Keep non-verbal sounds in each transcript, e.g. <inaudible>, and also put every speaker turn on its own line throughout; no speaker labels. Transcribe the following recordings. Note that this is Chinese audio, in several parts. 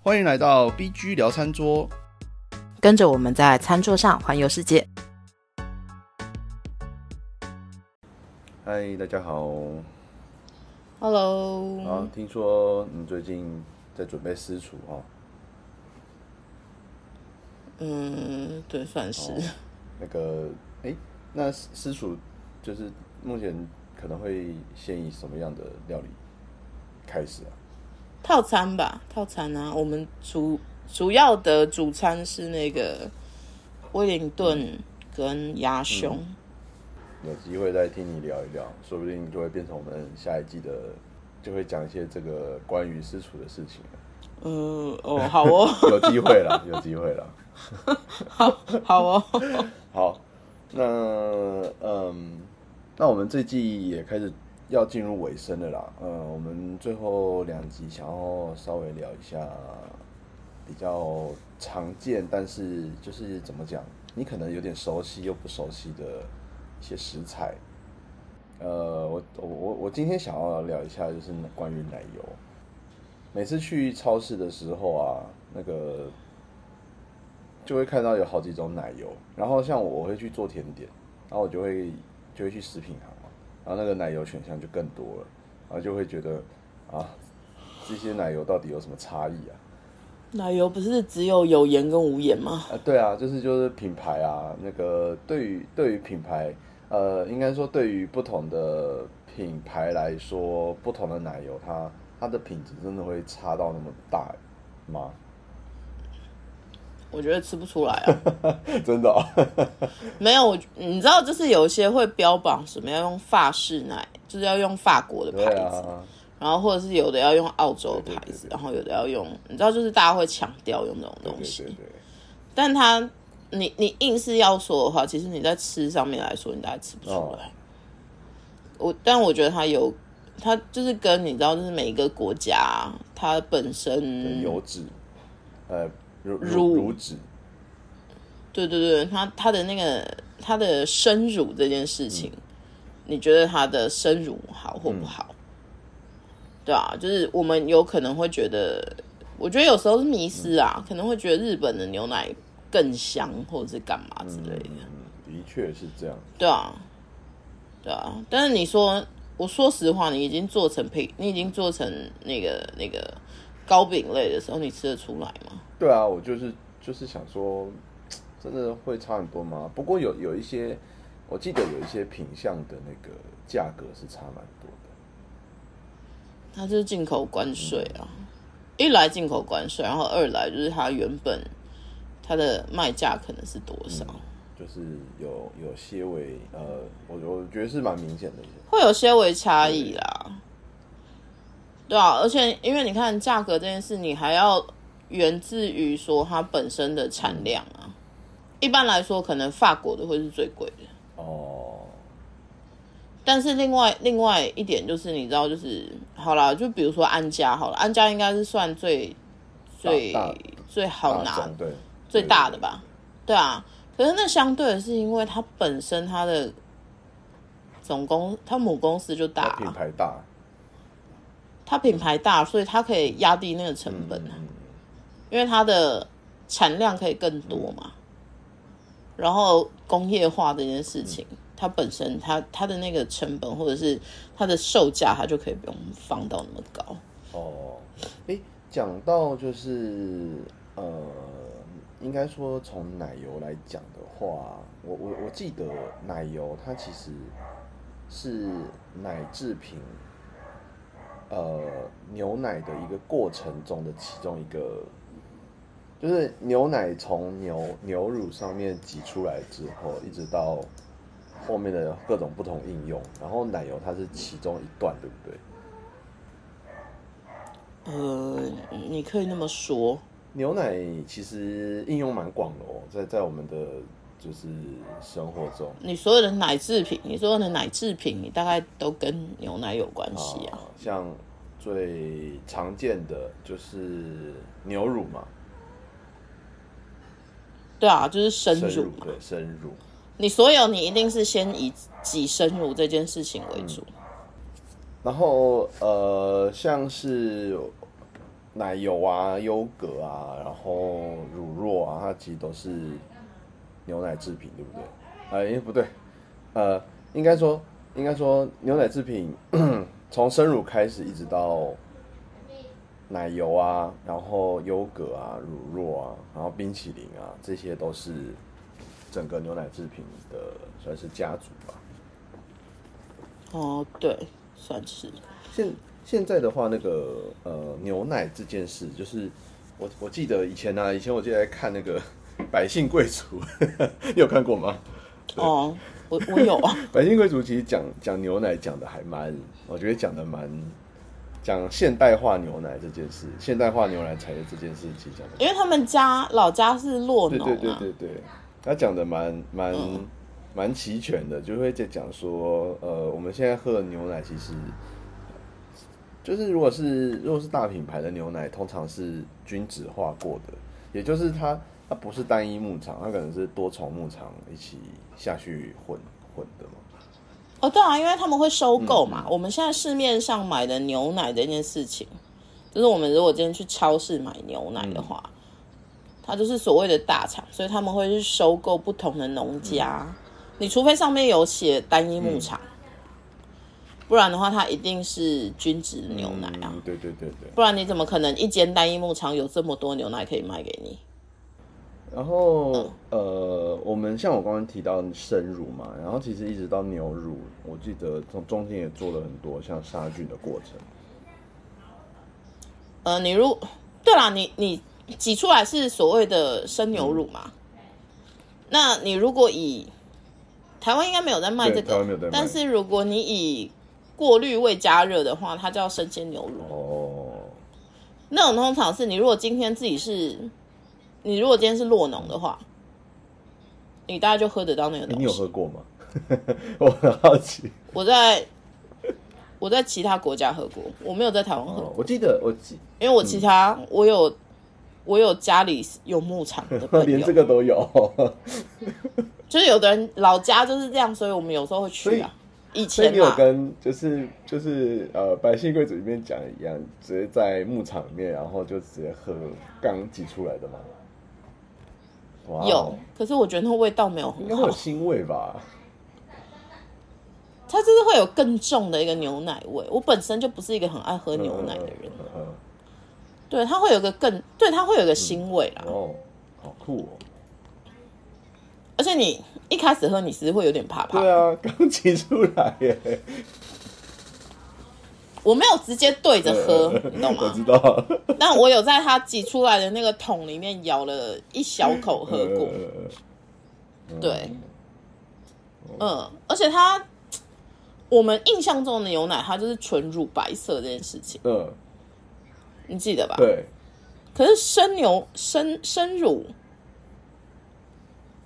欢迎来到 BG 聊餐桌。
跟着我们在餐桌上环游世界。
嗨，大家好。
Hello，
啊，听说你最近在准备私厨哦？
嗯，对，算是、
哦那个，哎，那私私厨就是目前可能会先以什么样的料理开始啊？
套餐吧，套餐啊。我们主主要的主餐是那个威灵顿跟鸭胸。
有机会再听你聊一聊，说不定就会变成我们下一季的，就会讲一些这个关于私厨的事情了。
嗯，哦，好
<laughs>
哦，
有机会了，有机会了。
好哦。
好，那嗯，那我们这季也开始要进入尾声了啦。嗯，我们最后两集想要稍微聊一下比较常见，但是就是怎么讲，你可能有点熟悉又不熟悉的一些食材。呃，我我我我今天想要聊一下，就是关于奶油。每次去超市的时候啊，那个就会看到有好几种奶油，然后像我会去做甜点，然后我就会就会去食品行嘛，然后那个奶油选项就更多了，然后就会觉得啊，这些奶油到底有什么差异啊？
奶油不是只有有盐跟无盐吗？
啊，对啊，就是就是品牌啊，那个对于对于品牌，呃，应该说对于不同的品牌来说，不同的奶油它它的品质真的会差到那么大吗？
我觉得吃不出来啊。
<laughs> 真的、哦，
没有，我你知道，就是有一些会标榜什么要用法式奶，就是要用法国的
对
牌子。
<laughs> 啊，
然后或者是有的要用澳洲的
对对
牌
对
子，
对
然后有的要用，你知道，就是大家会强调用这种
对
东
对
西。
对对。
但它，你你硬是要说的话，其实你在吃上面来说，你大概吃不出来。我但我觉得它有，它就是跟你知道，就是每一个国家它本身，
油脂，呃，乳
乳
乳乳脂，
对对对，它它的那个它的生乳这件事情，你觉得它的生乳好或不好？对啊，就是我们有可能会觉得，我觉得有时候是迷失啊，可能会觉得日本的牛奶更香，或者是干嘛之类的。
嗯，的确是这样。
对啊，对啊。但是你说，我说实话，你已经做成配，你已经做成那个那个糕饼类的时候，你吃得出来吗？
对啊，我就是就是想说，真的会差很多吗？不过有有一些，我记得有一些品相的那个价格是差蛮多的。
它就是进口关税啊，一来进口关税，然后二来就是它原本它的卖价可能是多少，
就是有有些微呃，我我觉得是蛮明显的一些，
会有些微差异啦。对啊，而且因为你看价格这件事，你还要源自于说它本身的产量啊。一般来说，可能法国的会是最贵的，
哦，
但是另外另外一点就是，你知道，就是好啦，就比如说安家好了，安家应该是算最最
大
最好
大
拿
众对
最大的吧？对啊，可是那相对的是因为它本身它的总公它母公司就大、
对对对品
啊，
牌大，
它品牌大，所以它可以压低那个成本
嗯
啊，因为它的产量可以更多嘛。然后工业化这件事情，它本身它它的那个成本或者是它的售价，它就可以不用放到那么高。
哦，诶，讲到就是呃，应该说从奶油来讲的话，我我我记得奶油它其实是奶制品，呃，牛奶的一个过程中的其中一个，就是牛奶从牛牛乳上面挤出来之后，一直到后面的各种不同应用，然后奶油它是其中一段，对不对？
呃，你可以那么说，
牛奶其实应用蛮广的哦，在在我们的就是生活中
你所有的奶制品，你所有的奶制品，你大概都跟牛奶有关系啊。
像最常见的就是牛乳嘛，
对啊，就是生乳
乳
嘛。
对生乳，
你所有你一定是先以挤生乳这件事情为主。
然后呃像是奶油啊、优格啊，然后乳酪啊，它其实都是牛奶制品，对不对？呃，因为不对，呃，应该说应该说牛奶制品嗯从生乳开始一直到奶油啊，然后优格啊、乳酪啊，然后冰淇淋啊，这些都是整个牛奶制品的算是家族吧。
哦，对，算是。
现现在的话，那个呃牛奶这件事，就是我我记得以前呢、啊以前我就在看那个《百姓贵族》， <laughs> 你有看过吗？
哦，我我有啊，
《百姓贵族》其实讲讲牛奶讲的还蛮，我觉得讲的蛮讲现代化牛奶这件事，现代化牛奶产业这件事，其实讲的
因为他们家老家是洛
对
农
对
啊，
对对对，他讲的蛮蛮
嗯
蛮齐全的，就会在讲说，呃，我们现在喝的牛奶其实就是如果是如果是大品牌的牛奶，通常是均质化过的，也就是它它不是单一牧场，它可能是多重牧场一起下去混混的嘛。
哦，对啊，因为他们会收购
嗯
嘛。我们现在市面上买的牛奶这件事情，就是我们如果今天去超市买牛奶的话，
嗯
它就是所谓的大厂，所以他们会去收购不同的农家。
嗯
你除非上面有写单一牧场，不然的话，它一定是均值牛奶啊。
嗯，对对对对。
不然你怎么可能一间单一牧场有这么多牛奶可以卖给你？
然后呃，我们像我刚刚提到生乳嘛，然后其实一直到牛乳，我记得从中间也做了很多像杀菌的过程。
呃，你如对啦，你你挤出来是所谓的生牛
嗯
乳嘛？那你如果以台湾应该没有在卖
对
这
台湾没
个
有在卖，
但是如果你以过滤未加热的话，它叫生鲜牛乳。
哦，
那种通常是你如果今天自己是，你如果今天是洛农的话，你大概就喝得到那个
诶
东
哎你有
西。
喝过吗？ <laughs> 我很好奇。
我在我在其他国家喝过，我没有在台湾喝过
哦，嗯我记得我记，
因为我其他、我有我有家里有牧场的朋
哦 <laughs> 连
友
这，个都有。
就是有的人老家就是这样，所以我们有时候会去啊。以
所以
前
你有
啊，
跟就是就是呃《百姓贵族》里面讲的一样，直接在牧场里面，然后就直接喝刚挤出来的吗？哇哦
有，可是我觉得那味道没有
应
很
该会
好
有，腥味吧？
它就是会有更重的一个牛奶味。我本身就不是一个很爱喝牛奶的人，
嗯。嗯嗯嗯
对它会有个更对它会有个腥味啦。
哦，好酷哦！
而且你一开始喝，你其实会有点怕怕。
对
<laughs>
啊，刚挤出来耶，
我没有直接对着喝，你懂
嗯 <laughs> 我
吗？
知道。
但我有在它挤出来的那个桶里面咬了一小口喝过。
呃
对，嗯，而且它，我们印象中的牛奶它就是纯乳白色这件事情，
嗯，
你记得吧？。
对，
可是生牛生生乳，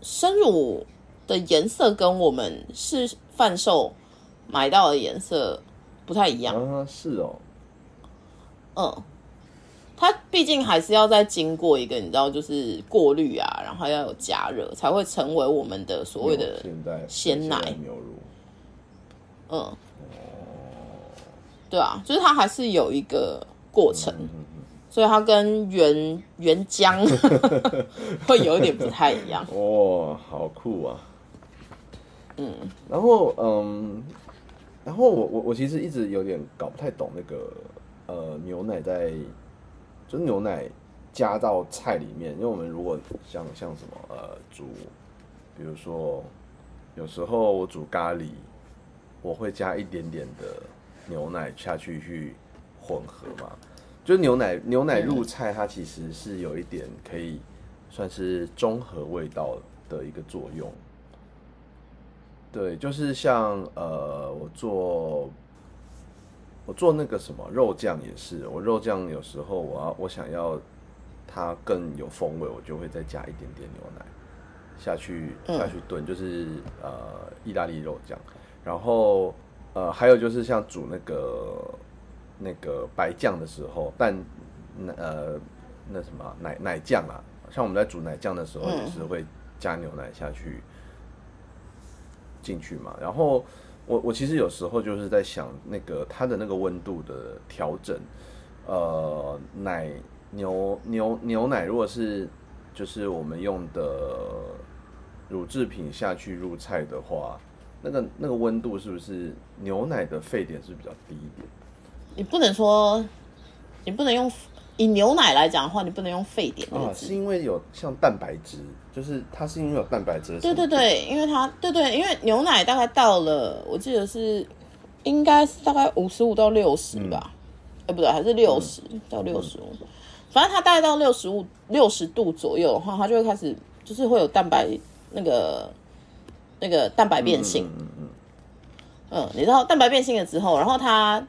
生乳的颜色跟我们是贩售买到的颜色不太一样，
啊，是哦，
嗯。它毕竟还是要再经过一个，你知道，就是过滤啊，然后要有加热，才会成为我们的所谓的
现在
鲜奶
现在牛乳，
嗯，对啊，就是它还是有一个过程，所以它跟原原浆会有一点不太一样。
哦，好酷啊！嗯，然后嗯，然后我我我其实一直有点搞不太懂那个呃牛奶在，就是牛奶加到菜里面，因为我们如果像像什么呃煮，比如说有时候我煮咖喱，我会加一点点的牛奶下去去混合嘛，就是牛奶牛奶入菜，它其实是有一点可以算是中和味道的一个作用。对，就是像呃，我做我做那个什么肉酱也是，我肉酱有时候我要我想要它更有风味，我就会再加一点点牛奶下去
嗯
下去炖，就是呃意大利肉酱。然后呃还有就是像煮那个那个白酱的时候，但那呃那什么啊奶奶酱啊，像我们在煮奶酱的时候
嗯
也是会加牛奶下去进去嘛。然后我我其实有时候就是在想那个它的那个温度的调整，呃奶牛牛牛奶，如果是就是我们用的乳制品下去入菜的话，那个那个温度是不是牛奶的沸点是比较低一点？
你不能说，你不能用以牛奶来讲的话，你不能用沸点那
啊，
个字。
是因为有像蛋白质，就是它是因为有蛋白质的成
对
分。
对对，因为它对对，因为牛奶大概到了，我记得是应该是大概五十五到六十吧，
嗯
哎、不对，还是六十、到六十五，反正它大概到六十五六十度左右的话，它就会开始就是会有蛋白那个那个蛋白变性，
嗯嗯
嗯，你知道蛋白变性了之后，然后它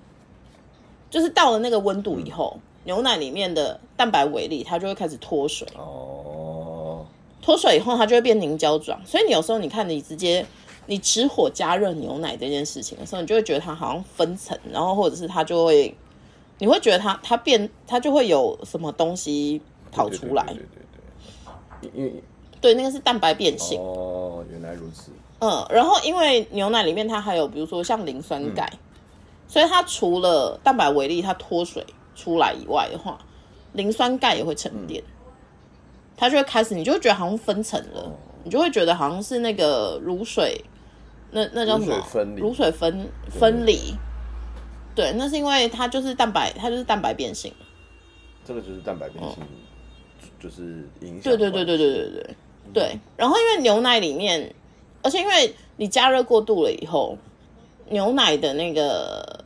就是到了那个温度以后，
嗯
牛奶里面的蛋白微粒它就会开始脱水，
嗯，哦，
脱水以后它就会变凝胶状，所以你有时候你看你直接你直火加热牛奶这件事情的时候，你就会觉得它好像分层，然后或者是它就会，你会觉得它它变它就会有什么东西跑出来，
对对对对对对，因因
对，那个是蛋白变性。
哦，原来如此，
嗯，然后因为牛奶里面它还有比如说像磷酸钙，
嗯
所以它除了蛋白微粒它脱水出来以外的话，磷酸钙也会沉
嗯
淀，它就会开始你就会觉得好像分层
哦
了，你就会觉得好像是那个乳水，那那叫什么？
乳水分离
乳水分分离。对，那是因为它就是蛋白，它就是蛋白变性。
这个就是蛋白变性，就就是影响。
嗯对对对对对对对对。然后因为牛奶里面，而且因为你加热过度了以后，牛奶的那个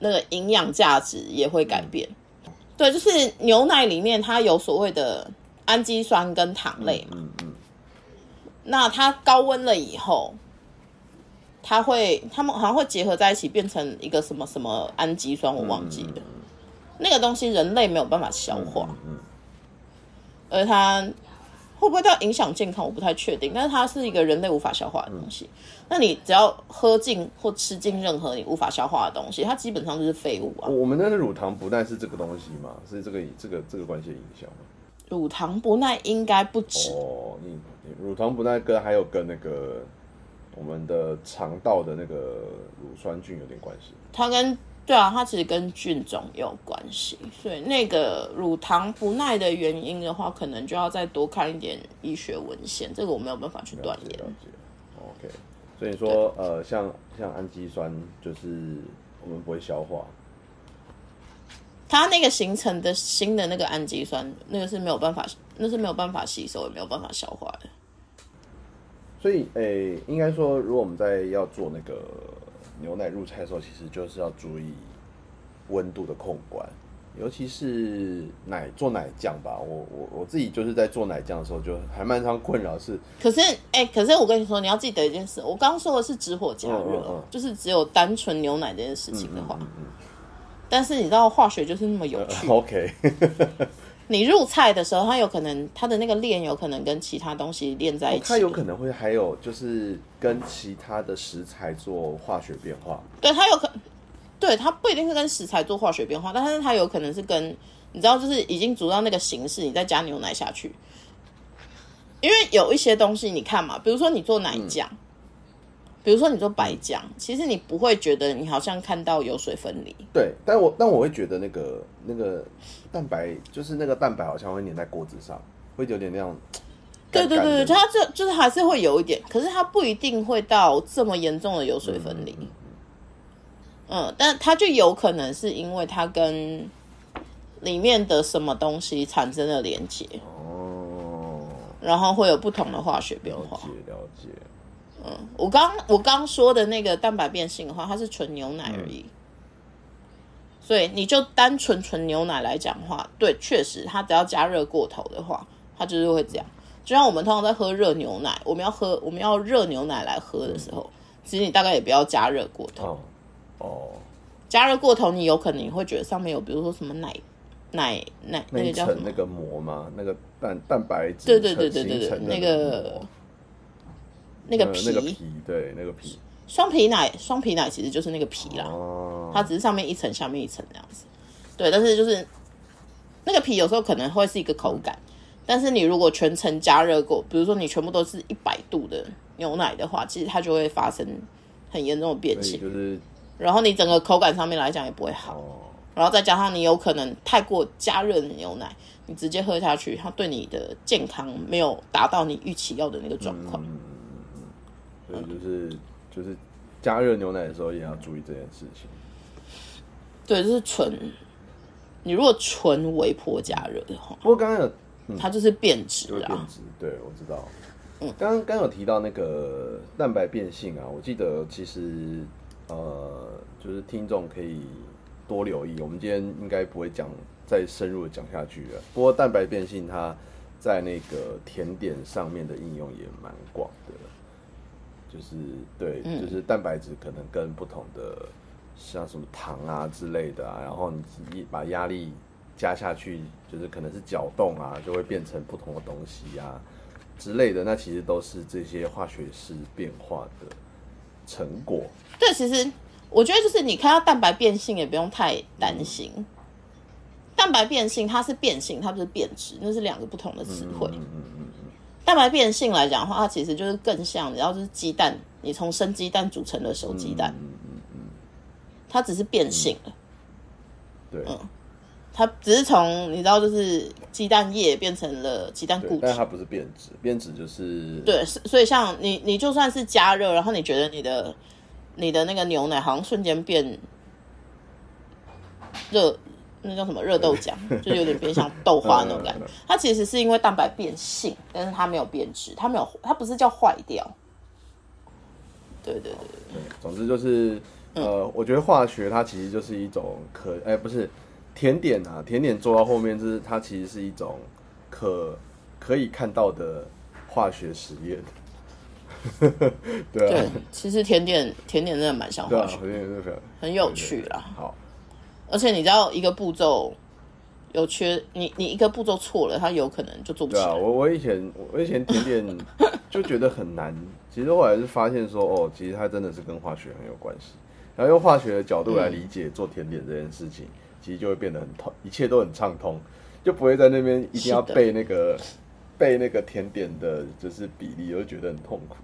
那个营养价值也会改变。对，就是牛奶里面它有所谓的氨基酸跟糖类嘛，
嗯嗯，
那它高温了以后。它会，它们好像会结合在一起，变成一个什么什么氨基酸，我忘记了。那个东西人类没有办法消化，
嗯嗯
而它会不会到影响健康，我不太确定。但是它是一个人类无法消化的东西。那你只要喝进或吃进任何你无法消化的东西，它基本上就是废物啊
我。我们那个乳糖不耐是这个东西嘛？是这个这个这个关系的影响吗？
乳糖不耐应该不止，
哦，你你乳糖不耐跟还有跟那个我们的肠道的那个乳酸菌有点关系。
它跟对啊，它其实跟菌种也有关系。所以那个乳糖不耐的原因的话，可能就要再多看一点医学文献，这个我没有办法去
了
断
解
言。
了解。OK，所以说呃，像像氨基酸就是我们不会消化，
它那个形成的新的那个氨基酸，那个是没有办法，那是没有办法吸收，也没有办法消化的。
所以诶、应该说，如果我们在要做那个牛奶入菜的时候，其实就是要注意温度的控管，尤其是奶做奶酱吧。我我我自己就是在做奶酱的时候，就还蛮常困扰是，
可是，哎、可是我跟你说，你要记得一件事，我刚刚说的是直火加热，
嗯嗯嗯
就是只有单纯牛奶这件事
嗯
情的话。但是你知道化学就是那么有
呃
趣，
OK，
你入菜的时候，它有可能它的那个链有可能跟其他东西链在一
<laughs>
起，
哦它有可能会还有就是跟其他的食材做化学变化，
对它有可，对它不一定是跟食材做化学变化，但是它有可能是跟你知道，就是已经煮到那个形式，你再加牛奶下去，因为有一些东西你看嘛，比如说你做奶酱，比如说你做白酱，其实你不会觉得你好像看到有水分离，
对，但我但我会觉得那个那个蛋白，就是那个蛋白好像会粘在锅子上，会有点那样。
对对
干干
对对，
的
就它这就是还是会有一点，可是它不一定会到这么严重的油水分离。嗯，但它就有可能是因为它跟里面的什么东西产生了连接，
哦，
然后会有不同的化学变
了
化
解。了解，
我刚我刚说的那个蛋白变性的话，它是纯牛奶而
嗯
已。所以你就单纯纯牛奶来讲的话，对，确实它只要加热过头的话，它就是会这样。就像我们通常在喝热牛奶，我们要喝我们要热牛奶来喝的时候，其实你大概也不要加热过头。
嗯哦哦，
加热过头，你有可能你会觉得上面有比如说什么奶奶奶
那
那
一
个叫
层
什么
那？个膜嘛，那个蛋蛋白质
对对对对
层
对
形
对，
成的膜
那个那个
呃
皮
那个皮，对那个皮，
双皮奶，双皮奶其实就是那个皮啦，
哦，
它只是上面一层，下面一层这样子。对，但是就是那个皮有时候可能会是一个口感，但是你如果全程加热过，比如说你全部都是一百度的牛奶的话，其实它就会发生很严重的变
所以
性，
就是
然后你整个口感上面来讲也不会好。
哦
然后再加上你有可能太过加热的牛奶，你直接喝下去，它对你的健康没有达到你预期要的那个状
嗯
况。
所
嗯
以就是就是加热牛奶的时候也要注意这件事情。
对，就是纯，你如果纯微波加热的话，
不过刚刚有
它就是变质
嗯
啊
就会变
啦。
质，对我知道。刚刚刚有提到那个蛋白变性啊，我记得其实呃，就是听众可以多留意。我们今天应该不会讲再深入的讲下去了。不过蛋白变性它在那个甜点上面的应用也蛮广的，就是对，就是蛋白质可能跟不同的像什么糖啊之类的啊，然后你一把压力加下去，就是可能是搅动啊，就会变成不同的东西啊之类的，那其实都是这些化学式变化的成果。
对，其实我觉得就是你看到蛋白变性也不用太担心。蛋白变性它是变性，它不是变质，那是两个不同的词汇。
嗯嗯嗯嗯，
蛋白变性来讲的话，它其实就是更像，然后就是鸡蛋，你从生鸡蛋组成的熟鸡蛋，它只是变性了，
对。
嗯它只是从你知道就是鸡蛋液变成了鸡蛋
对
固
但
体。
它不是变质，变质就是
对，是所以像你，你就算是加热，然后你觉得你的你的那个牛奶好像瞬间变热，那叫什么热豆浆，就有点变像豆花那种感
嗯
觉
嗯嗯。
它其实是因为蛋白变性，但是它没有变质，它没有，它不是叫坏掉。对对对对
对，总之就是，
嗯
呃，我觉得化学它其实就是一种可，哎、不是甜点啊，甜点做到后面就是它其实是一种可可以看到的化学实验。 <laughs> 对啊，
对，其实甜点甜点真的蛮像
对啊，
化学，
甜点是非常
很有趣啦。
好，
而且你知道一个步骤有缺，你你一个步骤错了，它有可能就做不起
对啊，
来。
我我以前我以前甜点就觉得很难，其实后来是发现说，哦，其实它真的是跟化学很有关系。然后用化学的角度来
嗯
理解做甜点这件事情，其实就会变得很通，一切都很畅通，就不会在那边一定要
是的
背那个背那个甜点的，就是比例，我就觉得很痛苦。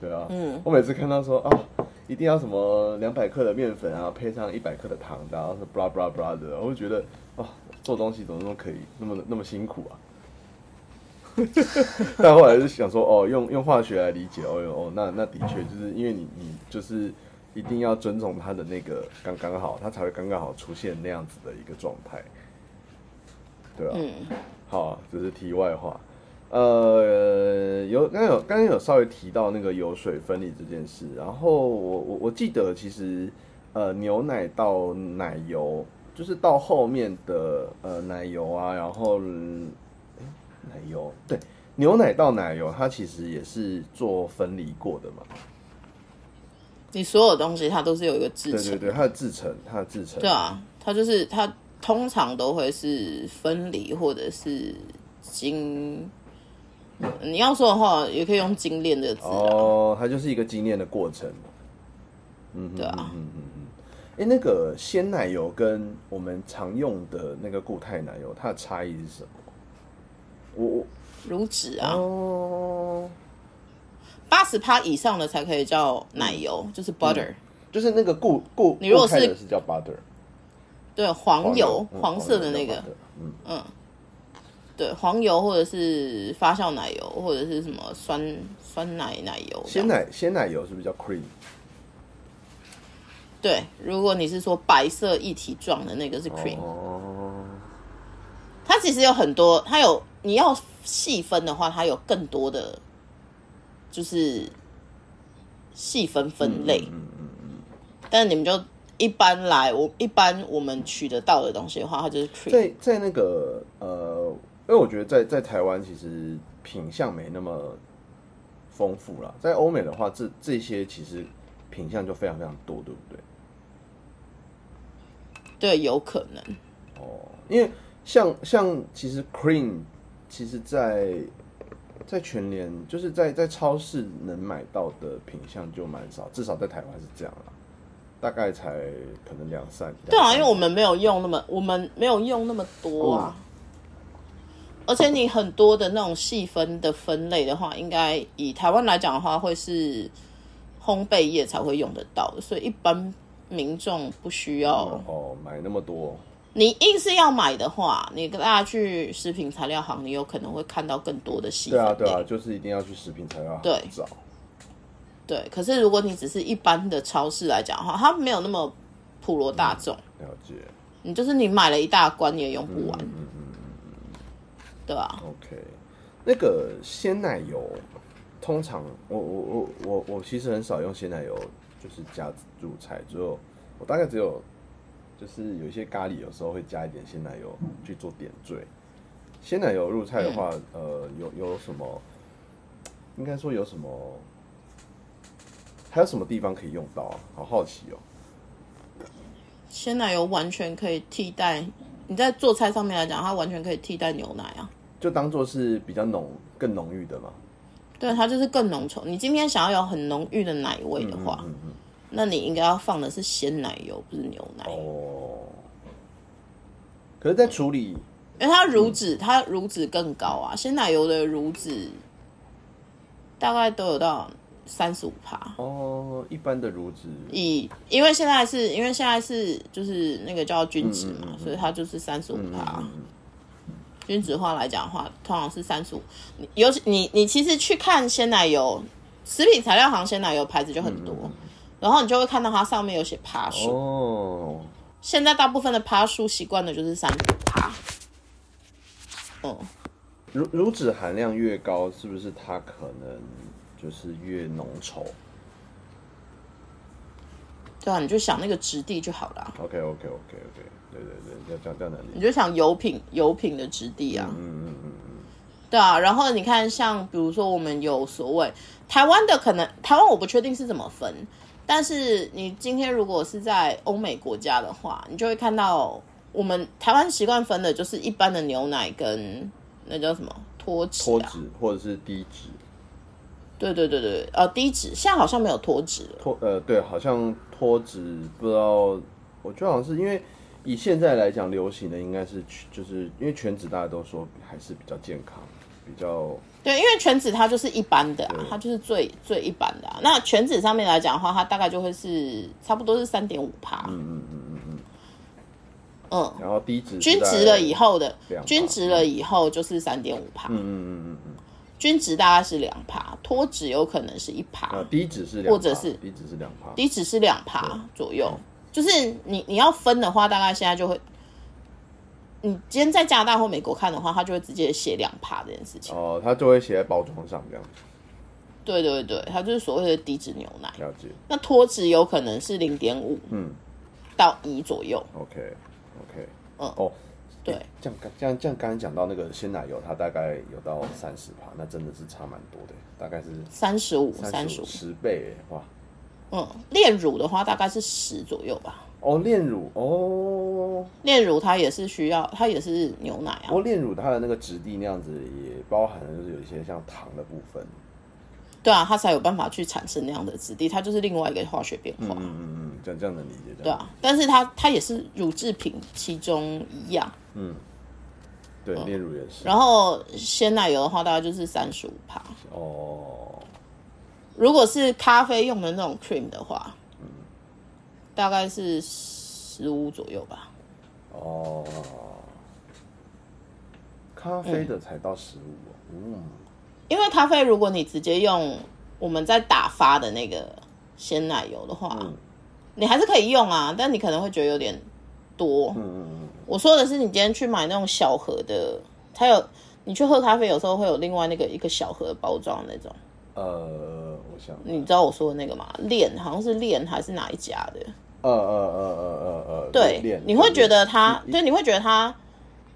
对啊，嗯，我每次看到说啊，一定要什么两百克的面粉啊，配上一百克的糖，然后是 blah blah blah 的，我就觉得啊，做东西怎么那么可以，那么那么辛苦啊。 <laughs> 但后来就想说，哦，用用化学来理解，哦哦，那那的确就是因为你你就是一定要尊重它的那个刚刚好，它才会刚刚好出现那样子的一个状态，对啊，
嗯，
好，这是题外话。呃，有刚刚有刚刚有稍微提到那个油水分离这件事，然后我我我记得其实呃牛奶到奶油，就是到后面的呃奶油啊，然后、嗯诶奶油对牛奶到奶油，它其实也是做分离过的嘛，
你所有东西它都是有一个制
对
成
对对，它的制成它的制成
对啊，它就是它通常都会是分离或者是精。你要说的话，也可以用精炼这个字啊。
哦，它就是一个精炼的过程。嗯哼，
对啊
嗯哼嗯哼。哎、那个鲜奶油跟我们常用的那个固态奶油，它的差异是什么？我
乳脂
我
啊，
哦，
八十趴以上的才可以叫奶油，
嗯
就是 butter。
就是那个固固，
你如果
固态的
是
是叫 butter
对，黄油，
嗯
黄色的
叫
那个，
butter，嗯，
对，黄油或者是发酵奶油，或者是什么酸酸奶奶油这
鲜
样。
奶鲜奶油是不是叫 cream？
对，如果你是说白色一体状的那个是 cream，、
哦，
它其实有很多，它有你要细分的话，它有更多的就是细分分类。
嗯嗯
但你们就一般来，我一般我们取得到的东西的话，它就是 cream。
在在那个呃，因为我觉得在在台湾其实品相没那么丰富啦，在欧美的话，这这些其实品相就非常非常多，对不对？
对，有可能。
哦，因为像像其实 cream，其实在在全联就是在在超市能买到的品相就蛮少，至少在台湾是这样啦，大概才可能两三。
对啊，
两三
因为我们没有用那么，我们没有用那么多啊。
嗯
而且你很多的那种细分的分类的话，应该以台湾来讲的话，会是烘焙业才会用得到的，所以一般民众不需要，
哦，买那么多，
你硬是要买的话，你跟大家去食品材料行，你有可能会看到更多的细
对
分类。
啊对啊，就是一定要去食品材料
对
行找，
对可是如果你只是一般的超市来讲的话，它没有那么普罗大众，
了解
你就是你买了一大罐你也用不完，
嗯
对啊吧、
，OK，那个鲜奶油，通常我我我我我其实很少用鲜奶油，就是加入菜，只有我大概只有就是有一些咖喱有时候会加一点鲜奶油去做点缀，鲜奶油入菜的话，呃，有有什么？应该说有什么？还有什么地方可以用到啊？好好奇哦。
鲜奶油完全可以替代，你在做菜上面来讲，它完全可以替代牛奶啊。
就当做是比较浓、更浓郁的嘛。
对，它就是更浓稠。你今天想要有很浓郁的奶味的话，
嗯嗯
那你应该要放的是鲜奶油，不是牛奶，
哦。可是，在处理
因为它乳脂，它乳脂更高啊。鲜奶油的乳脂大概都有到三十五帕。
哦，一般的乳脂
以因为现在是因为现在是就是那个叫均值嘛，
嗯嗯嗯嗯
所以它就是三十五帕。
嗯嗯嗯
均值化来讲的话，通常是三十五。你尤其你你其实去看鲜奶油，食品材料行鲜奶油牌子就很多，然后你就会看到它上面有写趴数。
哦，
现在大部分的趴数习惯的就是三十趴。嗯，
乳乳脂含量越高，是不是它可能就是越浓稠
对啊，你就想那个质地就好啊啦，
？OK OK OK OK，对对对，要这样这样的理
你
解。
就啊想油品油品的质地啊。
嗯嗯嗯嗯，
对啊，然后你看，像比如说我们有所谓台湾的，可能台湾我不确定是怎么分，但是你今天如果是在欧美国家的话，你就会看到我们台湾习惯分的就是一般的牛奶跟那叫什么脱脂、
脱
啊，
脂或者是低脂，
对对对对，呃低脂，现在好像没有脱脂了，
脱呃对，好像脱脂不知道，我觉得好像是因为以现在来讲，流行的应该是全就是因为全脂大家都说还是比较健康，比较
对，因为全脂它就是一般的啊
对，
它就是最最一般的啊。那全脂上面来讲的话，它大概就会是差不多是三点五帕，
嗯嗯嗯嗯嗯，
嗯，
然后低脂
均值了以
后，
后的
两趴
均值了以后就是三点五帕，
嗯嗯嗯嗯嗯，
均值大概是两趴，脱脂有可能是一趴
呃，低脂是两
或者是
低脂是两趴，
低脂是两趴左右。就是你你要分的话，大概现在就会，你今天在加拿大或美国看的话，他就会直接写两趴这件事情。
哦，它就会写在包装上这样，
对对对，它就是所谓的低脂牛奶。
了解，
那脱脂有可能是零点五
嗯
到一左右，
，OK OK，
嗯
哦。
对
诶，这样刚这样这样刚才讲到那个鲜奶油，它大概有到三十趴，那真的是差蛮多的，大概是
三十五、三十
35
五。
十倍耶哇！
嗯，炼乳的话大概是十左右吧。
哦，炼乳哦，
炼乳它也是需要，它也是牛奶啊
不。过炼乳它的那个质地那样子，也包含了就是有一些像糖的部分。
对啊，它才有办法去产生那样的质地，它就是另外一个化学变化，
嗯嗯嗯，这样这样能理解。这
对
样
啊。但是它它也是乳制品其中一样，
对，炼乳也是。
嗯然后鲜奶油的话大概就是三十五帕，
哦，
如果是咖啡用的那种 cream 的话，大概是十五左右吧。
哦，咖啡的才到十五、哦，嗯，
因为咖啡如果你直接用我们在打发的那个鲜奶油的话，
嗯
你还是可以用啊，但你可能会觉得有点多，
嗯嗯
我说的是，你今天去买那种小盒的，它有你去喝咖啡，有时候会有另外那个一个小盒的包装那种，
嗯，呃，我想，
你知道我说的那个吗？链好像是链还是哪一家的？
呃呃呃呃呃呃，
对
炼，
你会觉得
炼
它，对，你会觉得它，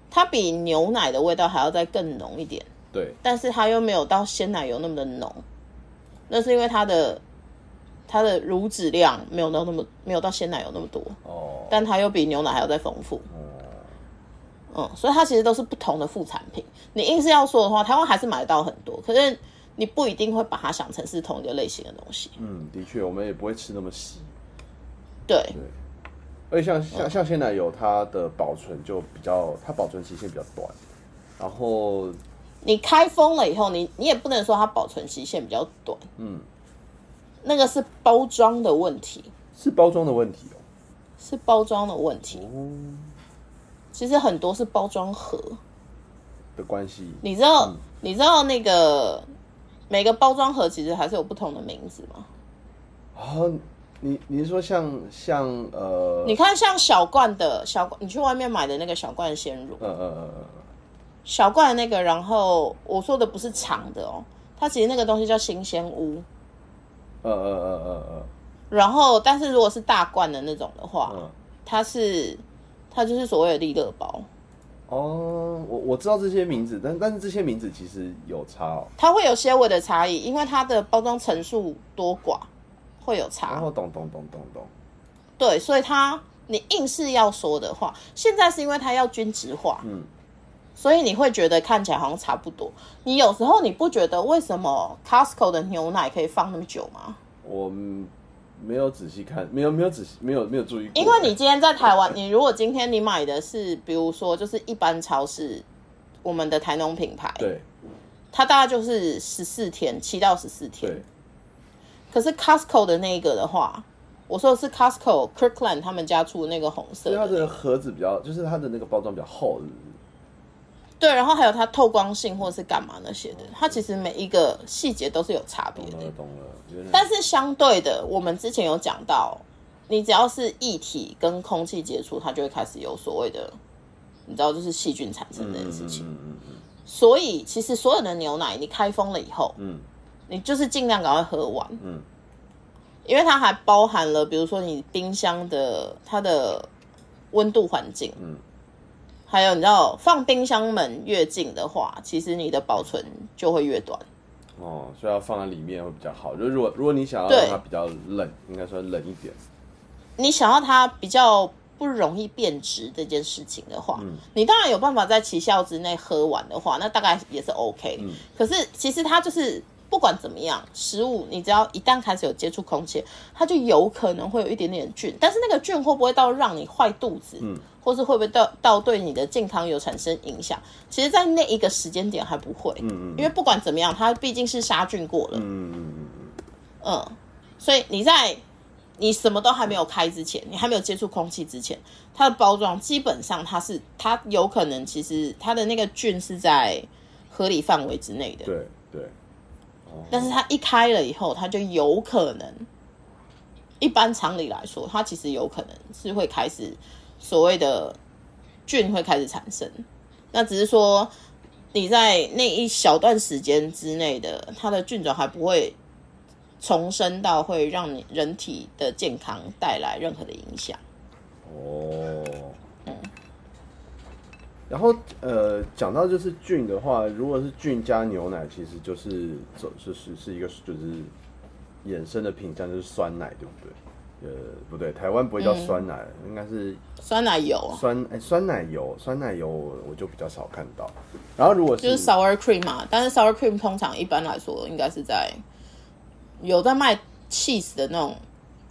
它比牛奶的味道还要再更浓一点，
对，
但是它又没有到鲜奶油那么的浓，那是因为它的它的乳脂量没有到那么没有到鲜奶油那么多，
哦，
但它又比牛奶还要再丰富。
嗯
嗯，所以它其实都是不同的副产品。你硬是要说的话，台湾还是买得到很多，可是你不一定会把它想成是同一个类型的东西。
嗯，的确，我们也不会吃那么细。
对
对，而且
嗯
像像像鲜奶油，它的保存就比较，它保存期限比较短，然后
你开封了以后，你你也不能说它保存期限比较短，
嗯，
那个是包装的问题。
是包装的问题哦。
是包装的问题。
哦
其实很多是包装盒，
的关系，
你知道、你知道那个每个包装盒其实还是有不同的名字吗？
啊，你你是说像像呃，
你看像小罐的小罐，你去外面买的那个小罐鲜乳，
呃呃
小罐的那个，然后我说的不是长的哦，它其实那个东西叫新鲜屋。
呃呃呃呃
然后，但是如果是大罐的那种的
呃，
话，
嗯，
它是它就是所谓的利乐包，
哦，我我知道这些名字，但但是这些名字其实有差哦。
它会有些微的差异，因为它的包装层数多寡会有
然
差。
后懂懂懂懂懂，
对，所以它你硬是要说的话，现在是因为它要均值化，
嗯，
所以你会觉得看起来好像差不多。你有时候你不觉得为什么 Costco 的牛奶可以放那么久吗？
我嗯没有仔细看，没有没有仔细没有没有注意过，
因为你今天在台湾，你如果今天你买的是，比如说就是一般超市，我们的台农品牌，
对
它大概就是十四天，七到十四天
对。，
可是 Costco 的那个的话，我说的是 Costco Kirkland 他们家出的那个红色
所以它
的，
的盒子比较，就是它的那个包装比较厚，是不是
对，然后还有它透光性或是干嘛那些
嗯
的，它其实每一个细节都是有差别
懂
的
了。懂了，原来
但是相对的，我们之前有讲到，你只要是液体跟空气接触，它就会开始有所谓的，你知道，就是细菌产生这件事情。
嗯嗯嗯
所以其实所有的牛奶，你开封了以后，
嗯
你就是尽量赶快喝完，
嗯
因为它还包含了，比如说你冰箱的它的温度环境，
嗯
还有你知道放冰箱门越近的话，其实你的保存就会越短。
嗯，哦，所以要放在里面会比较好，就是如果如果你想要
对
让它比较冷，应该说冷一点，
你想要它比较不容易变质这件事情的话，
嗯
你当然有办法在期效之内喝完的话，那大概也是 OK 的。
嗯
可是其实它就是不管怎么样，食物你只要一旦开始有接触空气，它就有可能会有一点点菌，但是那个菌会不会到让你坏肚子，
嗯
或是会不会到到对你的健康有产生影响？其实，在那一个时间点还不会，
嗯嗯
因为不管怎么样，它毕竟是杀菌过了，
嗯嗯嗯嗯
嗯，所以你在你什么都还没有开之前，你还没有接触空气之前，它的包装基本上它是它有可能其实它的那个菌是在合理范围之内的，
对对，哦
但是它一开了以后，它就有可能，一般常理来说，它其实有可能是会开始所谓的菌会开始产生，那只是说你在那一小段时间之内的它的菌种还不会重生到会让你人体的健康带来任何的影响。
哦，
嗯
然后呃，讲到就是菌的话，如果是菌加牛奶，其实就是走就是是一个就是衍生的品相，就是酸奶，对不对？呃，不对，台湾不会叫
嗯
酸奶，应该是
酸奶油啊
酸哎、酸奶油，酸奶油我就比较少看到。然后如果
就是 sour cream 嘛，但是 sour cream 通常一般来说应该是在有在卖 cheese 的那种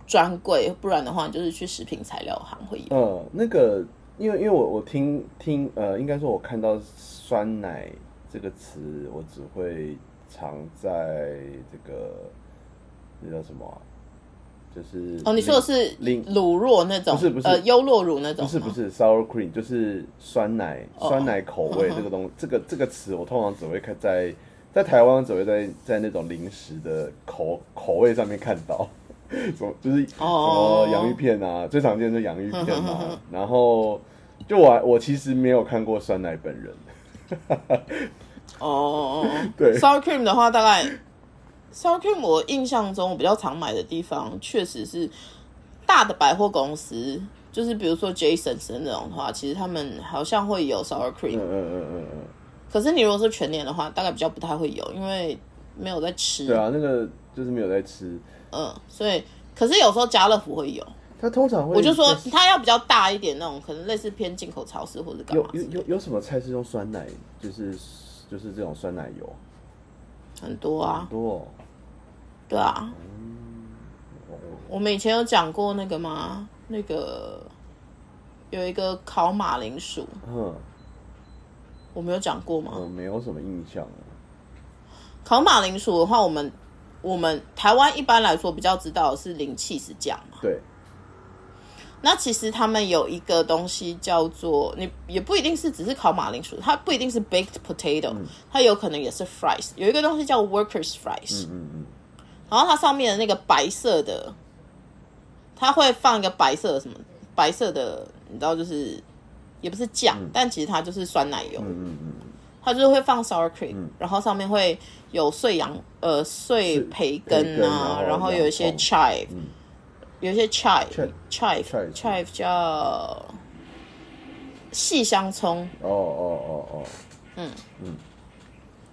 专柜，不然的话就是去食品材料行会有。
哦，那个，因为因为我我听听呃，应该说我看到酸奶这个词，我只会藏在这个那叫什么啊、就是
哦，你说的是
零
乳酪那种，
不是不是
呃优酪乳那种
不
吗，
是不是 sour cream，就是酸奶、
哦
酸奶口味这个东这个这个词，我通常只会看在在台湾只会在在那种零食的口口味上面看到， <laughs> 什么就是什
哦
么洋芋片啊，最常见的就是洋芋片
哼哼
啊，
<laughs> 哼哼
然后就我我其实没有看过酸奶本人，
哦哦哦，哦
<laughs> 对
，sour cream 的话大概 sour cream 我印象中我比较常买的地方确实是大的百货公司。就是比如说 Jasons 的那种的话，其实他们好像会有 sour cream，、
嗯嗯嗯嗯嗯，
可是你如果是全年的话，大概比较不太会有，因为没有在吃。
对啊，那个就是没有在吃，
嗯，所以可是有时候家乐福会有，
它通常会
我就说它要比较大一点那种，可能类似偏进口超市或者干
有
嘛，
有有有什么菜是用酸奶，就是就是这种酸奶油，
很多
很
啊，
多、哦。
对啊。我们以前有讲过那个吗？那个有一个烤马铃薯，
嗯，
我们有讲过吗？
我没有什么印象了。
烤马铃薯的话，我们我们台湾一般来说比较知道的是淋 cheese 酱嘛，
对，
那其实他们有一个东西叫做，你也不一定是只是烤马铃薯，它不一定是 baked potato，、它有可能也是 fries。有一个东西叫 workers fries，
嗯嗯
然后它上面的那个白色的，它会放一个白色的什么白色的，你知道就是也不是酱，但其实它就是酸奶油，
嗯嗯嗯，
它就是会放 sour cream，、然后上面会有碎羊呃碎
是
培
培
根
根
啊，
然后
然后有一些
洋葱
chive，、有一些 chive
Chive
chive
chive
chive 叫细香葱，
哦哦哦哦，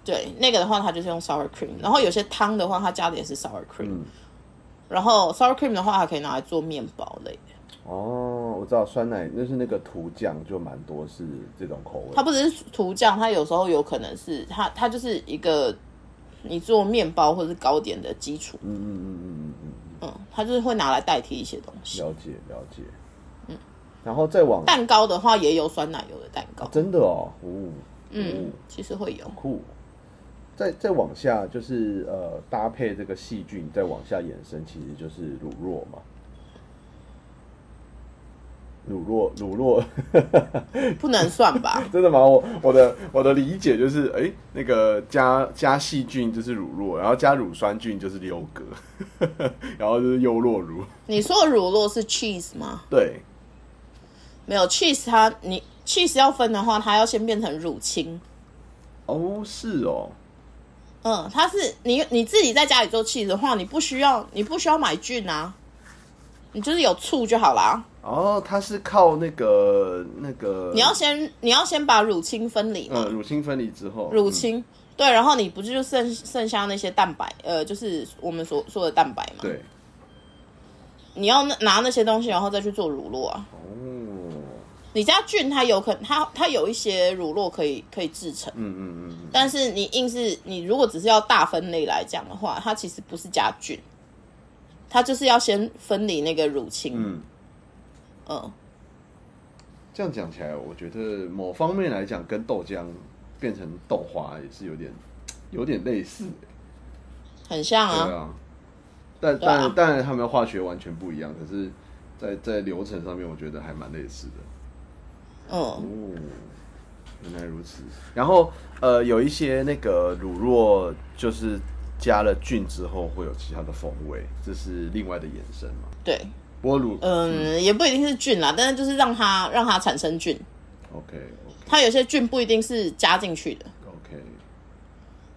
对，那个的话它就是用 sour cream，然后有些汤的话它加的也是 sour cream，、
嗯
然后 sour cream 的话还可以拿来做面包类的，
哦，我知道酸奶就是那个涂酱就蛮多是这种口味，
它不只是涂酱，它有时候有可能是它它就是一个你做面包或者是糕点的基础，
嗯嗯嗯嗯嗯嗯，
嗯，它就是会拿来代替一些东西。
了解了解，嗯，然后再往
蛋糕的话也有酸奶油的蛋糕，
真的哦，哦，
嗯
哦，
其实会有。
酷。再再往下就是呃搭配这个细菌，再往下延伸其实就是乳酪嘛。乳酪，乳酪，？
不能算吧
<laughs> 真的吗？我我的我的理解就是，哎、那个加加细菌就是乳酪，然后加乳酸菌就是优格， <laughs> 然后就是优酪乳。
你说的乳酪是 cheese 吗？
对，
没有 cheese，它你 cheese 要分的话，它要先变成乳清。
哦，是哦，
嗯，它是你你自己在家里做 cheese 的话，你不需要你不需要买菌啊，你就是有醋就好啦。
哦，它是靠那个那个，
你要先你要先把乳清分离嘛，
嗯乳清分离之后，嗯
乳清、对，然后你不是就剩剩下那些蛋白，呃，就是我们所说的蛋白嘛。
嗯、，对，
你要那拿那些东西，然后再去做乳酪啊。
哦，
你家菌它有可能，它它有一些乳酪可以可以制成，
嗯嗯嗯嗯，
但是你硬是你如果只是要大分类来讲的话，它其实不是加菌，它就是要先分离那个乳清，嗯
嗯，这样讲起来，我觉得某方面来讲，跟豆浆变成豆花也是有点有点类似，
很像
对
啊，
啊。但
对啊
但当然，他们的化学完全不一样，可是在，在流程上面，我觉得还蛮类似的。
嗯，
哦，原来如此。然后呃，有一些那个乳酪，就是加了菌之后会有其他的风味，这是另外的延伸嘛。呃
对，
不过乳、
嗯，也不一定是菌啦，但是就是让它让它产生菌，
OK OK
它有些菌不一定是加进去的，
OK，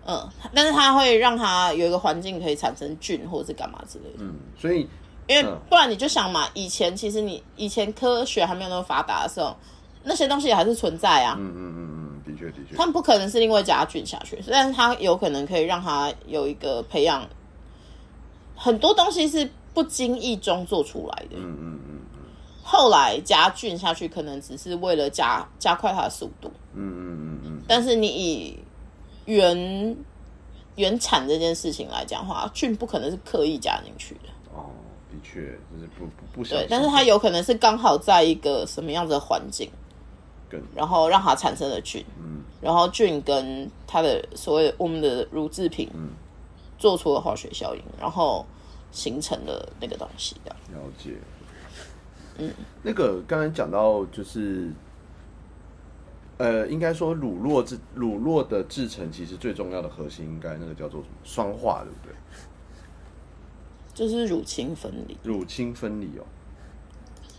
嗯，但是它会让它有一个环境可以产生菌或者是干嘛之类的。
嗯，所以
因为
嗯
不然你就想嘛，以前其实你以前科学还没有那么发达的时候，那些东西也还是存在啊。
嗯嗯嗯嗯，的确的确
他，们不可能是因为加菌下去，但是它有可能可以让它有一个培养。很多东西是不经意中做出来的，
嗯嗯嗯嗯
后来加菌下去，可能只是为了加加快它的速度。
嗯嗯嗯
但是你以原原产这件事情来讲的话，菌不可能是刻意加进去的。
嗯，哦，的确就是不不不小
对
心，，
但是它有可能是刚好在一个什么样子的环境，
跟
然后让它产生了菌，
嗯
然后菌跟它的所谓的我们的乳制品，
嗯
做出了化学效应，然后形成了那个东西这样
了解。嗯，那个刚才讲到就是，呃，应该说乳酪制乳酪的制成，其实最重要的核心应该那个叫做什么双化，对不对？
就是乳清分离，
乳清分离哦。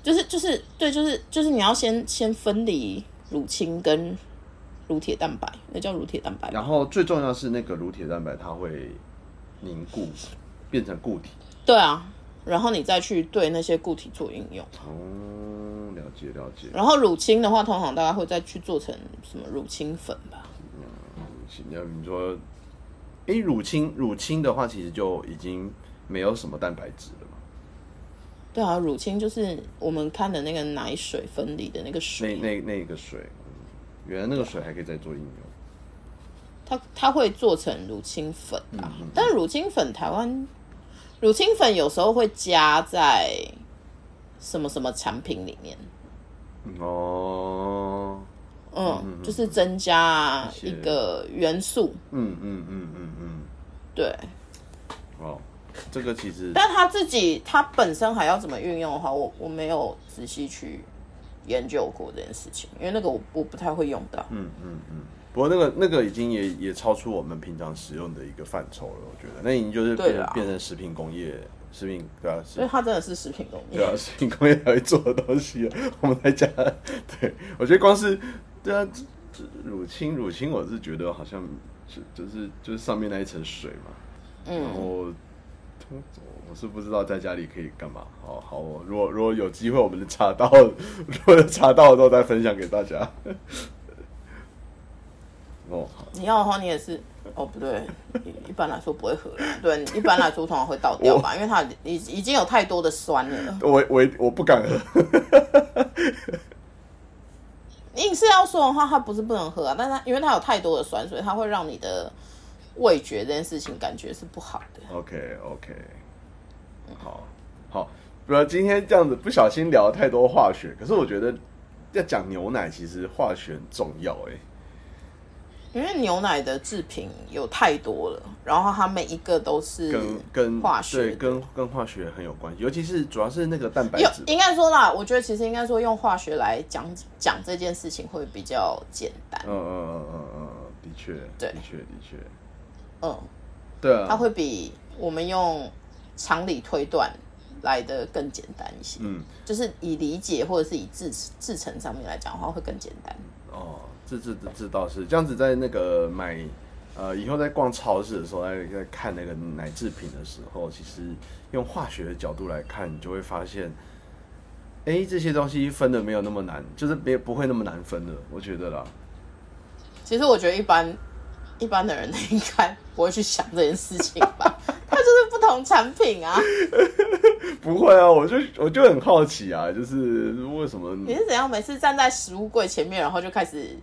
就是就是对，就是就是你要先先分离乳清跟乳铁蛋白，那叫乳铁蛋白吧。
然后最重要是那个乳铁蛋白它会凝固，变成固体。
对啊，然后你再去对那些固体做应用。
哦，了解了解。
然后乳清的话，通常大家会再去做成什么乳清粉吧？
行要你说，诶，乳清乳清的话，其实就已经没有什么蛋白质了嘛。
对啊，乳清就是我们看的那个奶水分离的那个
那
水，
那那个水，嗯原来那个水还可以再做应用。
它它会做成乳清粉啊。但乳清粉台湾乳清粉有时候会加在什么什么产品里面，
哦，
嗯，就是增加
一些
一个元素，
嗯嗯嗯嗯嗯，
对，
哦，这个其实
但他自己他本身还要怎么运用的话，我我没有仔细去研究过这件事情，因为那个我我不太会用到。
嗯嗯嗯，不过那个那个已经也也超出我们平常使用的一个范畴了，我觉得那已经就是
对
变
啦
变成食品工业，食品对啊，食
所以它真的是食品工业。
对啊，食品工业才会做的东西 <laughs> 啊，我们在家，对我觉得光是对啊，这这乳清乳清，我是觉得好像就就是就是上面那一层水嘛，然
嗯，
后我我是不知道在家里可以干嘛。好好，我如果如果有机会，我们查到， <laughs> 如果有查到的时候再分享给大家。 <laughs> 哦，好
你要的话，你也是哦，不对，一一般来说不会合啦。对，一般来说通常会倒掉吧，因为它已已经有太多的酸了。
我我我不敢喝。 <laughs>
硬是要说的话，它不是不能喝啊，但它因为它有太多的酸，所以它会让你的味觉这件事情感觉是不好的。
OK OK，好好，不要今天这样子不小心聊太多化学，可是我觉得要讲牛奶，其实化学很重要哎、
因为牛奶的制品有太多了，然后它每一个都是
跟跟
化学
对
的
跟跟化学很有关系，尤其是主要是那个蛋白
有
质
应该说啦，我觉得其实应该说用化学来讲讲这件事情会比较简单
嗯嗯，嗯嗯嗯嗯，的确，
对
的确，的确，
嗯，
对啊，
它会比我们用常理推断来的更简单一些，
嗯，
就是以理解或者是以制制成上面来讲的话会更简单。
哦，这这这这倒是这样子，在那个买呃以后在逛超市的时候，在在看那个奶制品的时候，其实用化学的角度来看，你就会发现，哎，这些东西分的没有那么难，就是别不会那么难分的，我觉得啦。
其实我觉得一般一般的人应该不会去想这件事情吧，它就是不同产品啊。
不会啊，我就我就很好奇啊，就是为什么
你是怎样每次站在食物柜前面，然后就开始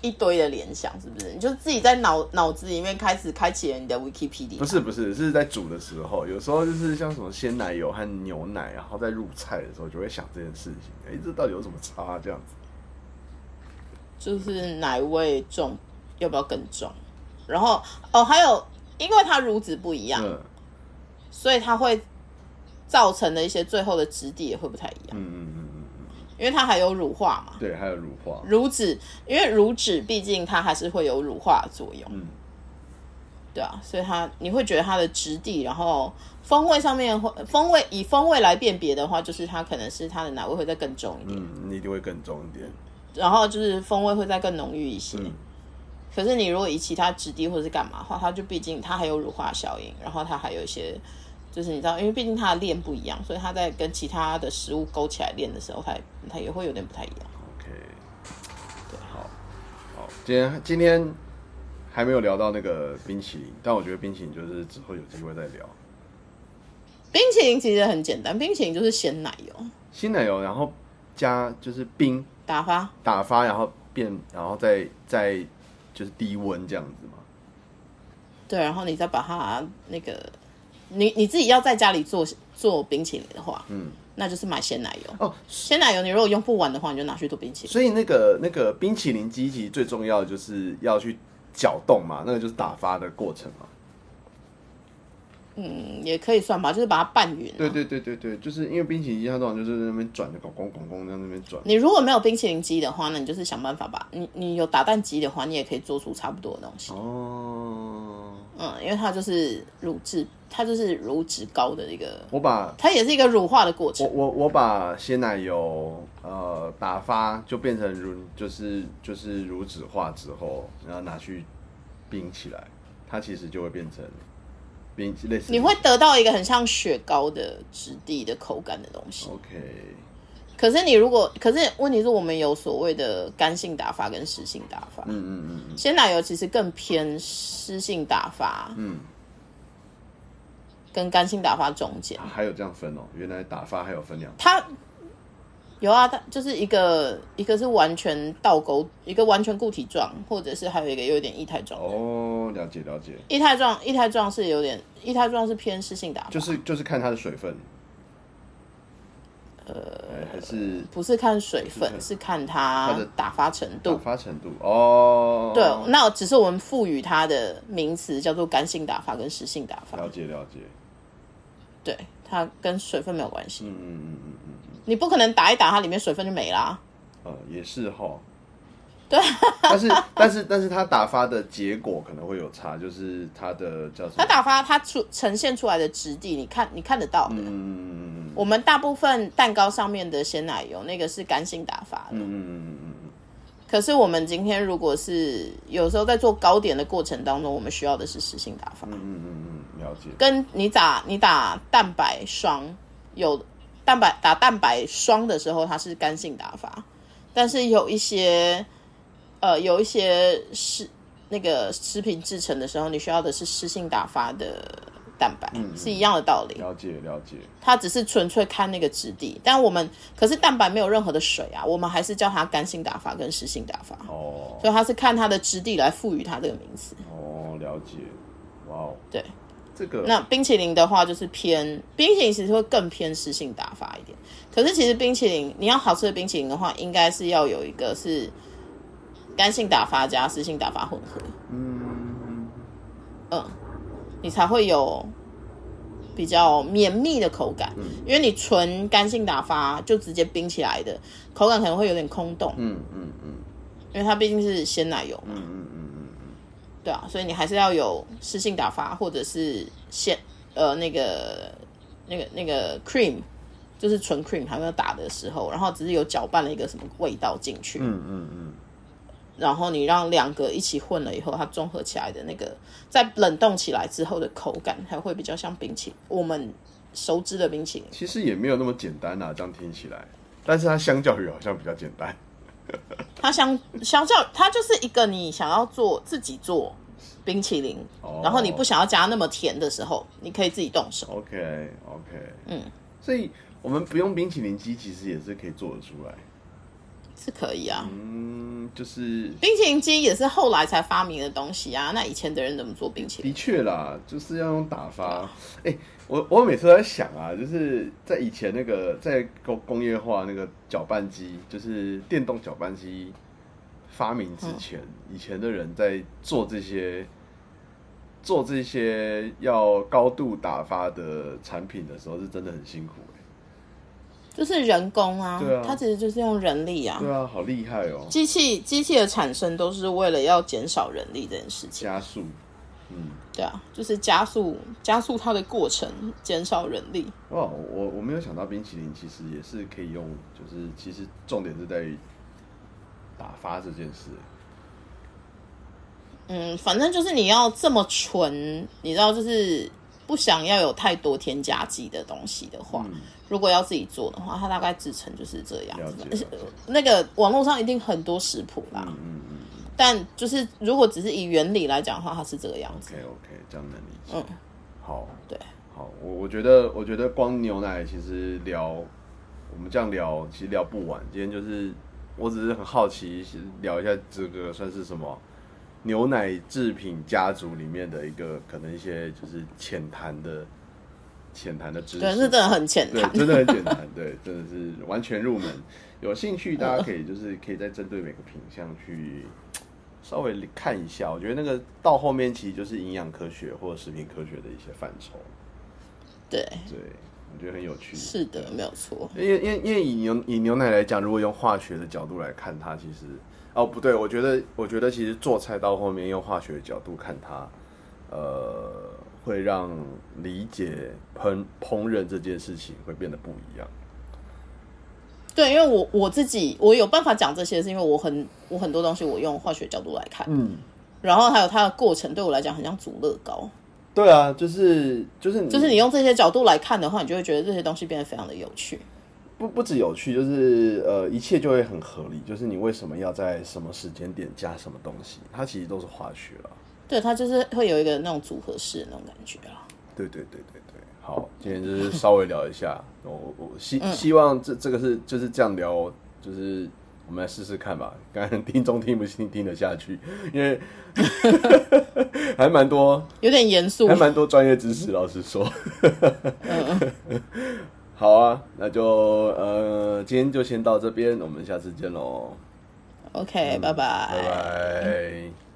一堆的联想，是不是？你就自己在脑脑子里面开始开启了你的 Wikipedia。
不是不是，是在煮的时候，有时候就是像什么鲜奶油和牛奶，然后在入菜的时候就会想这件事情，哎、这到底有什么差这样子？
就是奶味重，要不要更重？然后哦，还有，因为它乳脂不一样，
嗯
所以它会造成的一些最后的质地也会不太一样，
嗯嗯嗯嗯嗯，
因为它还有乳化嘛。
对，还有乳化，
乳脂，因为乳脂毕竟它还是会有乳化的作用，
嗯
对啊，所以它你会觉得它的质地，然后风味上面会风味以风味来辨别的话，就是它可能是它的奶味会再更重一点，
嗯，你一定会更重一点，
然后就是风味会再更浓郁一些。
嗯
可是你如果以其他质地或者是干嘛的话，它就毕竟它还有乳化效应，然后它还有一些，就是你知道，因为毕竟它的链不一样，所以它在跟其他的食物勾起来链的时候，它也它也会有点不太一样。
，OK，对，好，好，今天今天还没有聊到那个冰淇淋，但我觉得冰淇淋就是之后有机会再聊，
冰淇淋其实很简单，冰淇淋就是鲜奶油
鲜奶油，然后加就是冰
打发，
打发，然后变，然后再再就是低温这样子嘛。
对，然后你再把它那个，你你自己要在家里做做冰淇淋的话，
嗯，
那就是买鲜奶油。
哦，
鲜奶油你如果用不完的话，你就拿去做冰淇淋。
所以那个那个冰淇淋机其实最重要的就是要去搅动嘛，那个就是打发的过程嘛。
嗯，也可以算吧，就是把它拌匀、啊。
对对对对对，就是因为冰淇淋机它通常就是在那边转，就咣咣咣咣在那边转。
你如果没有冰淇淋机的话，那你就是想办法把你你有打蛋机的话，你也可以做出差不多的东西。
哦，
嗯，因为它就是乳质，它就是乳脂高的一个，
我把
它也是一个乳化的过
我
程。
我我把鲜奶油呃打发就变成乳就是就是乳脂化之后，然后拿去冰起来，它其实就会变成冰类似
你会得到一个很像雪糕的质地的口感的东西。
哦 OK
可是你如果，可是问题是我们有所谓的干性打法跟湿性打法，
嗯嗯嗯嗯
鲜奶油其实更偏湿性打法
嗯。
跟干性打法中间
啊。还有这样分哦，原来打发还有分两
它有啊，它就是一个一个是完全倒钩，一个完全固体状，或者是还有一个有点液态状。
哦，了解了解，
液态状，液态状是有点，液态状是偏湿性打啊法，
就是就是看它的水分，呃，还是
不是看水分，
嗯
是看
它
它
的
打发程
打
度。
发程度哦，
对，那只是我们赋予它的名词叫做干性打法跟湿性打法。
了解了解，
对，它跟水分没有关系。
嗯嗯嗯嗯嗯嗯，
你不可能打一打，它里面水分就没啦。
呃，也是哈。对，但是但是但是它打发的结果可能会有差，就是它的叫
<laughs>
什么？
它打发它出呈现出来的质地，你看你看得到的。
嗯嗯嗯嗯
我们大部分蛋糕上面的鲜奶油那个是干性打发的，
嗯嗯嗯嗯嗯
可是我们今天如果是有时候在做糕点的过程当中，我们需要的是实性打发，
嗯嗯嗯嗯，了解。
跟你打你打蛋白霜有蛋白打蛋白霜的时候，它是干性打发，但是有一些呃有一些是那个食品制成的时候，你需要的是湿性打发的蛋白，是一样的道理。
了解了解，
它只是纯粹看那个质地，但我们可是蛋白没有任何的水啊，我们还是叫它干性打发跟湿性打发，
哦
所以它是看它的质地来赋予它这个名词。
哦，了解，哇哦，
对，
这个
那冰淇淋的话就是偏冰淇淋，其实会更偏湿性打发一点。可是其实冰淇淋，你要好吃的冰淇淋的话，应该是要有一个是干性打发加湿性打发混合，
嗯，
嗯，你才会有比较绵密的口感。
嗯
因为你纯干性打发就直接冰起来的，口感可能会有点空洞，
嗯嗯嗯
因为它毕竟是鲜奶油嘛，
嗯嗯嗯嗯
对啊，所以你还是要有湿性打发或者是鲜呃那个那个那个 cream，就是纯 cream 还没有打的时候，然后只是有搅拌了一个什么味道进去，
嗯嗯嗯
然后你让两个一起混了以后，它综合起来的那个在冷冻起来之后的口感，还会比较像冰淇淋，我们熟知的冰淇淋。
其实也没有那么简单啊，这样听起来，但是它相较于好像比较简单， <laughs>
它相相较，它就是一个你想要做自己做冰淇淋，
哦
然后你不想要加那么甜的时候，你可以自己动手。
OK OK，
嗯，
所以我们不用冰淇淋机，其实也是可以做得出来。
是可以啊。
嗯，就是
冰淇淋机也是后来才发明的东西啊，那以前的人怎么做冰淇淋？
的确啦，就是要用打发。哎、我我每次都在想啊，就是在以前那个在工工业化那个搅拌机，就是电动搅拌机发明之前，以前的人在做这些做这些要高度打发的产品的时候，是真的很辛苦、欸。
就是人工啊，
对啊
它其实就是用人力啊。
对啊，好厉害哦，
机器机器的产生都是为了要减少人力这件事情，
加速，嗯。
对啊，就是加速加速它的过程，减少人力。
哇，哦我我没有想到冰淇淋其实也是可以用，就是其实重点是在于打发这件事。
嗯，反正就是你要这么纯，你知道，就是不想要有太多添加剂的东西的话，
嗯
如果要自己做的话，它大概制成就是这样
了
子
解
吧。
了
而且
解
呃 <laughs> 那个网络上一定很多食谱啦，
嗯嗯嗯
但就是如果只是以原理来讲的话，它是这个样子。
，OK OK，这样能理解。
嗯，
好，
对，
好，我我觉得我觉得光牛奶其实聊，我们这样聊其实聊不完。今天就是我只是很好奇，聊一下这个算是什么牛奶制品家族里面的一个可能一些就是浅谈的浅谈的知识。
对，是真的很浅 <laughs>
对
谈，。
真的很简单，对，真的是完全入门。有兴趣大家可以就是可以再针对每个品相去稍微看一下，我觉得那个到后面其实就是营养科学或者食品科学的一些范畴，
对，
对，我觉得很有趣。啊
是的，没有错。
因为因为因为以牛以牛奶来讲，如果用化学的角度来看它，其实哦不对，我觉得我觉得其实做菜到后面用化学的角度看它，呃，会让理解烹烹饪这件事情会变得不一样。
对，因为我我自己我有办法讲这些，是因为我很我很多东西我用化学角度来看，
嗯，
然后还有它的过程对我来讲很像煮乐高。
对啊，就是就是
就是你用这些角度来看的话，你就会觉得这些东西变得非常的有趣。
不不止有趣，就是呃一切就会很合理，就是你为什么要在什么时间点加什么东西，它其实都是化学了。
对，它就是会有一个那种组合式的那种感觉啦。
对对对对对，好，今天就是稍微聊一下，我我希
嗯
希望这这个是就是这样聊，就是我们来试试看吧，看看听众 <laughs> 听不听听得下去，因为 <laughs> 还蛮多
有点严肃
还，蛮多专业知识，老实说。 <laughs> 好啊，那就呃，今天就先到这边，我们下次见喽，
嗯 OK，拜拜
拜拜。